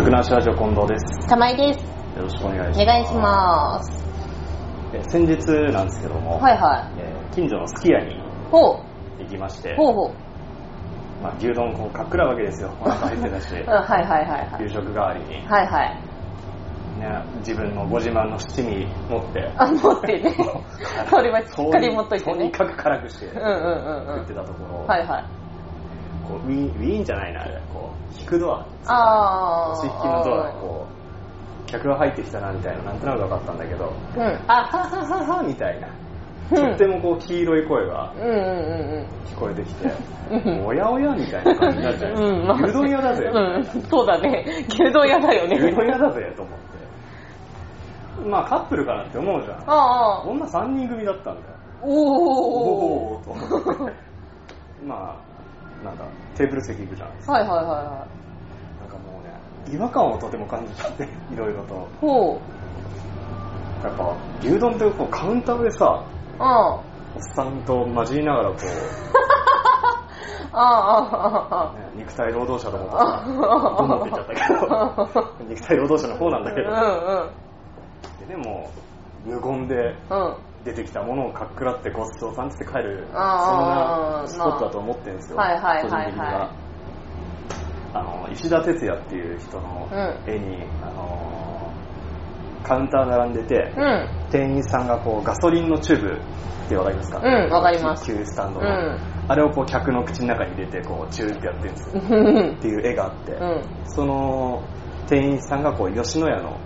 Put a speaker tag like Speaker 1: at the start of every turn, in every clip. Speaker 1: 話ラジオ近藤です。
Speaker 2: 玉井です。
Speaker 1: よろしくお願いします。
Speaker 2: お願いします。
Speaker 1: えー先日なんですけども、
Speaker 2: はいはい。
Speaker 1: えー近所のすき家に
Speaker 2: ほ
Speaker 1: 行きまして
Speaker 2: う、、ほうほう。
Speaker 1: まあ、牛丼こうかっくらうわけですよ。お腹減ってたし
Speaker 2: 、うんはいはいはいはい。
Speaker 1: 夕食代わりに、
Speaker 2: はいはい。
Speaker 1: ね、自分のご自慢の七味持って、
Speaker 2: あ、持ってね。それはしっかり持っといて
Speaker 1: とに
Speaker 2: ね。
Speaker 1: かく辛くして
Speaker 2: うんうんうんう
Speaker 1: 食って
Speaker 2: ん。
Speaker 1: たところ、
Speaker 2: はいはい。
Speaker 1: こうウィーンウィーンじゃないな、あれ、こう、引くドア、
Speaker 2: あ
Speaker 1: 押し引きのドアでこう、客が入ってきたなみたいな、なんとなく分かったんだけど、
Speaker 2: ー。うん。
Speaker 1: あははははみたいな、
Speaker 2: うん
Speaker 1: とってもこう黄色い声が
Speaker 2: うんうん
Speaker 1: 聞こえてきて、
Speaker 2: うん
Speaker 1: おやおやみたいな感じになっちゃ
Speaker 2: うんうん。うん、まあ
Speaker 1: う。牛丼屋だぜ、
Speaker 2: うん、そうだね。牛丼屋だよね。
Speaker 1: 牛丼屋だぜと思って。まあカップルかなって思うじゃん。
Speaker 2: ああ。
Speaker 1: 女3人組だったんだよ。
Speaker 2: お
Speaker 1: お
Speaker 2: お
Speaker 1: ーと思って。まあ、なんかテーブル席行くじゃないですか。
Speaker 2: はいはいはいは
Speaker 1: なんかもうね、違和感をとても感じちゃって、いろいろと。
Speaker 2: い。ほう。
Speaker 1: やっぱ牛丼ってこうカウンターでさ、
Speaker 2: あ
Speaker 1: おっさんと混じりながらこう、
Speaker 2: あ。ああ。ああ。
Speaker 1: ね肉体労働者と思った
Speaker 2: あ
Speaker 1: ら、どんな
Speaker 2: あ
Speaker 1: って言っちゃったけ ど、肉体労働者の方なんだけど。ででも無言で
Speaker 2: うんうん。うん。
Speaker 1: 出てきたものをかっくらってごちそうさんって帰るそん
Speaker 2: あ
Speaker 1: な
Speaker 2: ー
Speaker 1: スポットだと思ってるんですよ、
Speaker 2: まあはいはいはいはい
Speaker 1: 個人的にはあの石田哲也っていう人の
Speaker 2: う
Speaker 1: 絵に、あのカウンター並んでて、
Speaker 2: うん。
Speaker 1: 店員さんがこうガソリンのチューブってわかりますか
Speaker 2: うんわかります
Speaker 1: 給油スタンドの、
Speaker 2: うん
Speaker 1: あれをこう客の口の中に入れてこうチューってやってるんですよ
Speaker 2: うん
Speaker 1: っていう絵があって、
Speaker 2: うん。
Speaker 1: その店員さんがこう吉野家の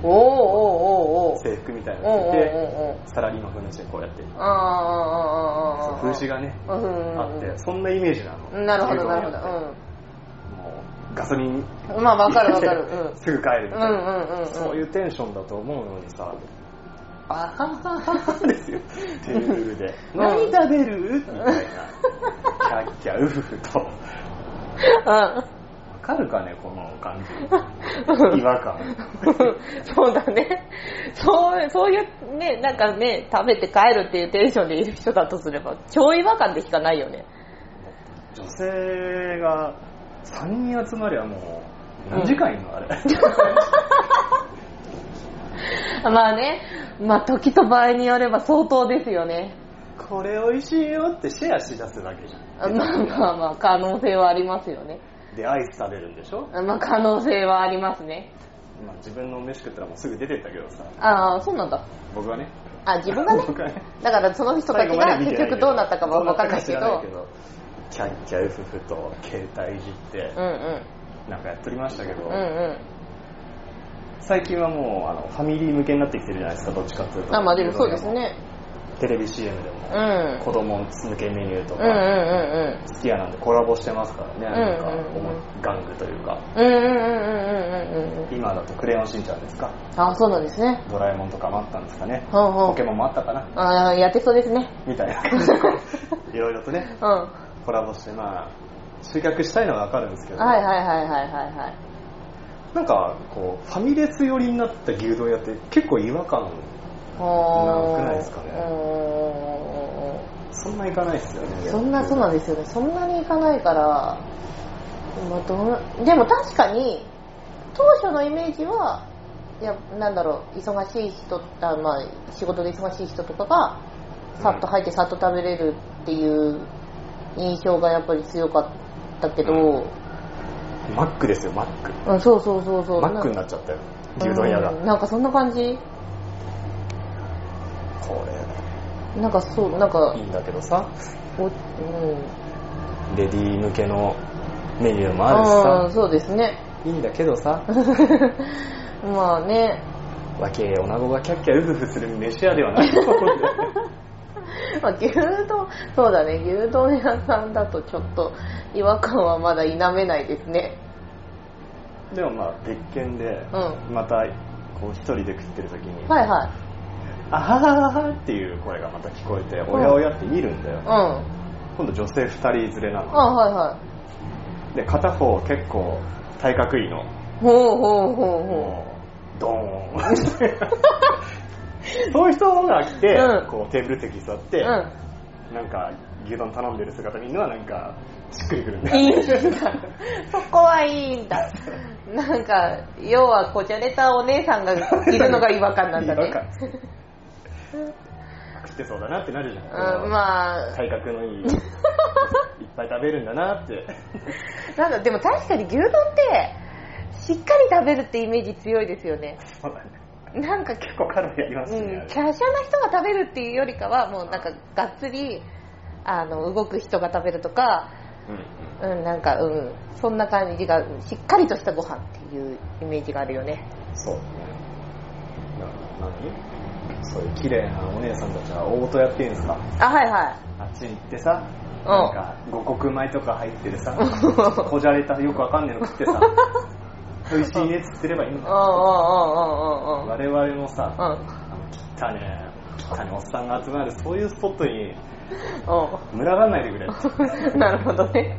Speaker 2: おーおーおーおー。
Speaker 1: 制服みたいなの
Speaker 2: おー
Speaker 1: 着
Speaker 2: お
Speaker 1: て
Speaker 2: ーおーおー。
Speaker 1: サラリーマン風の人でこうやって
Speaker 2: あああああああああ。
Speaker 1: 風刺がね
Speaker 2: うんうんうん
Speaker 1: あってそんなイメージなの
Speaker 2: なるほどなるほ
Speaker 1: 牛丼屋
Speaker 2: ど。
Speaker 1: ってもうガソリン
Speaker 2: うん。まあわかるわ かる。うん。
Speaker 1: すぐ帰るみ
Speaker 2: う
Speaker 1: たいうな
Speaker 2: ん
Speaker 1: ん
Speaker 2: うんうん。
Speaker 1: そう
Speaker 2: う
Speaker 1: い
Speaker 2: ん。
Speaker 1: うテンションだと思うのにさ
Speaker 2: あはは
Speaker 1: 「
Speaker 2: は。
Speaker 1: ですよ」テーブルで「
Speaker 2: うん
Speaker 1: 何食べる?」みたいなキャッキャウフフとわかるかねこの感じ違和感
Speaker 2: そうだね。そう、そういう、ね、なんかね、食べて帰るっていうテンションでいる人だとすれば、超違和感でしかないよね。
Speaker 1: 女性が3人集まりゃもう何時間いるの あれ
Speaker 2: まあね、まあ時と場合によれば相当です よね。
Speaker 1: これ美味しいよってシェアしだすだけじ
Speaker 2: まあ
Speaker 1: ゃん
Speaker 2: まあまあ、可能性はありますよね。
Speaker 1: でアイス食べるんでしょ、
Speaker 2: まあ可能性はありますね。
Speaker 1: まあ、自分の飯食ったらもうすぐ出てったけどさ
Speaker 2: ああ、そうなんだ。
Speaker 1: 僕はね
Speaker 2: あ、自分がね。
Speaker 1: 僕は ね
Speaker 2: だからその人た
Speaker 1: 最
Speaker 2: ち
Speaker 1: 後まで
Speaker 2: が
Speaker 1: は見て
Speaker 2: 結
Speaker 1: ないけ
Speaker 2: 局どうなったかは分かんないけ
Speaker 1: どうった
Speaker 2: ど
Speaker 1: か。知らキャッキャウフフと携帯いじって
Speaker 2: うんうん。
Speaker 1: なんかやっとりましたけど、
Speaker 2: うんう
Speaker 1: 最近はもうあのファミリー向けになってきてるじゃないですかどっちかっていう
Speaker 2: ん。
Speaker 1: と
Speaker 2: あ、まあでもそうですね。
Speaker 1: テレビ CM でも
Speaker 2: うん。うん
Speaker 1: 子供向けメニューと
Speaker 2: うんうん
Speaker 1: か好きやなんでコラボしてますからね、なんか
Speaker 2: うんうんう
Speaker 1: ガングというか
Speaker 2: うん。うんうんうんうんうんうんうん。
Speaker 1: 今だと「クレヨンしんちゃん」ですか
Speaker 2: あ、そうなんですね。
Speaker 1: 「ドラえもん」とかもあったんですかね
Speaker 2: ほうほう
Speaker 1: ポケモンもあったかな
Speaker 2: ああ、やってそうですね。
Speaker 1: みたい な感じでこういろいろとね
Speaker 2: うん。は
Speaker 1: コラボしてまあ集客したいのはわかるんですけ
Speaker 2: い
Speaker 1: ど、
Speaker 2: はいはいはいはいはい。
Speaker 1: なんかこうファミレス寄りになった牛丼屋って結構違和感
Speaker 2: ほー
Speaker 1: 長くないですかね
Speaker 2: うん
Speaker 1: そんないかないですよね
Speaker 2: そんな、そうなんですよね。そんなにいかないから、まあ、どうでも確かに、当初のイメージは、いや、なんだろう、忙しい人、あまあ、仕事で忙しい人とかが、さっと入ってさっと食べれるっていう印象がやっぱり強かったけど、
Speaker 1: マックですよマック
Speaker 2: うん、そうそうそうそう。
Speaker 1: マックになっちゃったよ牛丼屋が、
Speaker 2: うんなんかそんな感じ
Speaker 1: こ
Speaker 2: なんかそう、なんか
Speaker 1: れいい、んだけどさ
Speaker 2: おうん。
Speaker 1: レディー向けのメニューも
Speaker 2: あ
Speaker 1: あ
Speaker 2: あ
Speaker 1: るしさ
Speaker 2: そうですね。
Speaker 1: いいんだけどさ
Speaker 2: まあね、
Speaker 1: わけおなごがキャッキャウフフする飯屋ではないと思うんだよね
Speaker 2: まあ、牛丼、そうだね、牛丼屋さんだとちょっと違和感はまだ否めないですね。
Speaker 1: でもまあ別件で
Speaker 2: う
Speaker 1: またこう一人で食ってる時に、
Speaker 2: はいはい。
Speaker 1: あははははっていう声がまた聞こえて、おやおやって見るんだよ。
Speaker 2: うん。あ
Speaker 1: 今度女性二人連れなの。
Speaker 2: はいは
Speaker 1: で、片方結構体格いいの。
Speaker 2: い。ほうほうほうほ
Speaker 1: もう、ドーン。 そういう人が来て、
Speaker 2: うん
Speaker 1: こうテーブル席座って、
Speaker 2: う。うん。
Speaker 1: なんか牛丼頼んでる姿見るのはなんかしっくりくるんだ
Speaker 2: いいんだ。そこはいいんだ。なんか、要はこじゃれたお姉さんがいるのが違和感なんだ ね
Speaker 1: 違和。感食ってそうだなってなるじゃん
Speaker 2: う、ん、
Speaker 1: あ
Speaker 2: まあ、
Speaker 1: 体格の いいいっぱい食べるんだなって
Speaker 2: なんだ、でも確かに牛丼って、しっかり食べるってイメージ強いですよね。
Speaker 1: そうだね
Speaker 2: なんか、
Speaker 1: 結構カロリーあります
Speaker 2: う
Speaker 1: ね、
Speaker 2: ん、華
Speaker 1: あれ
Speaker 2: 奢な人が食べるっていうよりかは、もうなんか、がっつり、あの、動く人が食べるとか、
Speaker 1: うん
Speaker 2: うん、なんか、うん、そんな感じが、しっかりとしたご飯っていうイメージがあるよね。
Speaker 1: そうだねな何そういう綺麗なお姉さんたちは大トやってんすか
Speaker 2: あ、はいはい。
Speaker 1: あっちに行ってさ、
Speaker 2: ん
Speaker 1: なんか五穀米とか入ってるさ、
Speaker 2: うん
Speaker 1: こじゃれたよくわかんねえの食ってさ、美味しいねっつってればいいん
Speaker 2: うん
Speaker 1: だ。
Speaker 2: うんうんうんうんうん。
Speaker 1: 我々もさ、
Speaker 2: うん。
Speaker 1: あの汚ねえ、汚ねえおっさんが集まる、そういうスポットに
Speaker 2: う
Speaker 1: 群がんないでくれ。
Speaker 2: ん。なるほどね。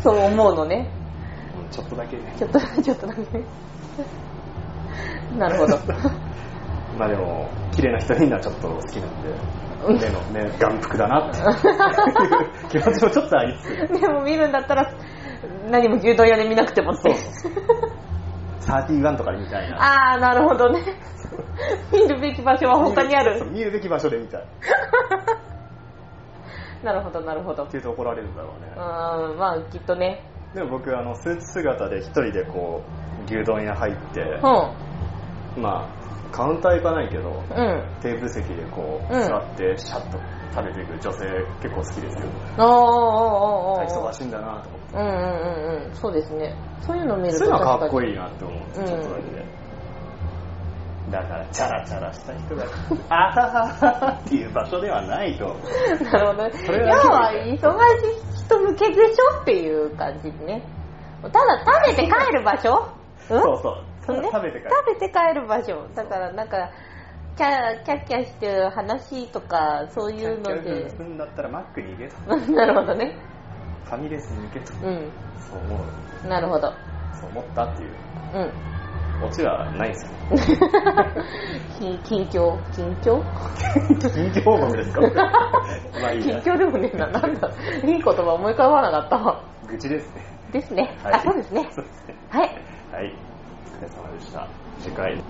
Speaker 2: そう思うのね。
Speaker 1: うんちょっとだけね。
Speaker 2: ちょっと、ちょっとだけ。なるほ ど。
Speaker 1: まあでも、綺麗な人みんなちょっと好きなんで、
Speaker 2: うん
Speaker 1: 目の、目、眼福だなっていう気持ちもちょっとありつつ、
Speaker 2: でも見るんだったら、何も牛丼屋で見なくてもって。
Speaker 1: そう31とかで見たいな。
Speaker 2: あー、なるほ どね。見るべき場所は他にあ
Speaker 1: そう
Speaker 2: る。
Speaker 1: 見るべき場所で見たい。
Speaker 2: なるほど、なるほど。う
Speaker 1: っていうと怒られるんだろうね。
Speaker 2: ーん、まあ、きっとね。
Speaker 1: でも僕あのスーツ姿で一人でこう牛丼屋入って、
Speaker 2: うん。
Speaker 1: まあカウンター行かないけど
Speaker 2: うん。
Speaker 1: テーブル席でこう
Speaker 2: うん
Speaker 1: 座ってシャッと食べていく女性結構好きですよ
Speaker 2: おーおーおーおーお
Speaker 1: 忙
Speaker 2: ー。
Speaker 1: しいんだなと思って
Speaker 2: うんうんうんうん。そうですね。そういうの見ると
Speaker 1: そういうのはかっ
Speaker 2: 確
Speaker 1: こ
Speaker 2: に
Speaker 1: いいなって思うちょ
Speaker 2: うん
Speaker 1: っとだけでだからチャラチャラした人が「あははは」っていう場所ではないと
Speaker 2: なるほどね。
Speaker 1: そ
Speaker 2: 要
Speaker 1: れは
Speaker 2: は忙しい人向けでしょっていう感じね。ただ食べて帰る場所
Speaker 1: そ
Speaker 2: ん
Speaker 1: うそうただ
Speaker 2: ね
Speaker 1: 食べてから
Speaker 2: 食べて帰る場所。だからなんか、キャキャッキャしてる話とか、そういうので。
Speaker 1: すんだったらマックに行けと
Speaker 2: なるほどね。
Speaker 1: ファミレスに行けと
Speaker 2: う。
Speaker 1: そう思うん
Speaker 2: なるほど。
Speaker 1: そう思ったっていう
Speaker 2: うん。
Speaker 1: オチはないですよ
Speaker 2: き近況近況
Speaker 1: 近況報告です かまあいい
Speaker 2: 近
Speaker 1: や。
Speaker 2: 況でもねえな。なんだ。いい言葉思い浮かばなかったわ。
Speaker 1: 愚痴ですね。
Speaker 2: ですね。
Speaker 1: はい
Speaker 2: あ、そうですね。はい。
Speaker 1: はい。お疲れ様でした。次回。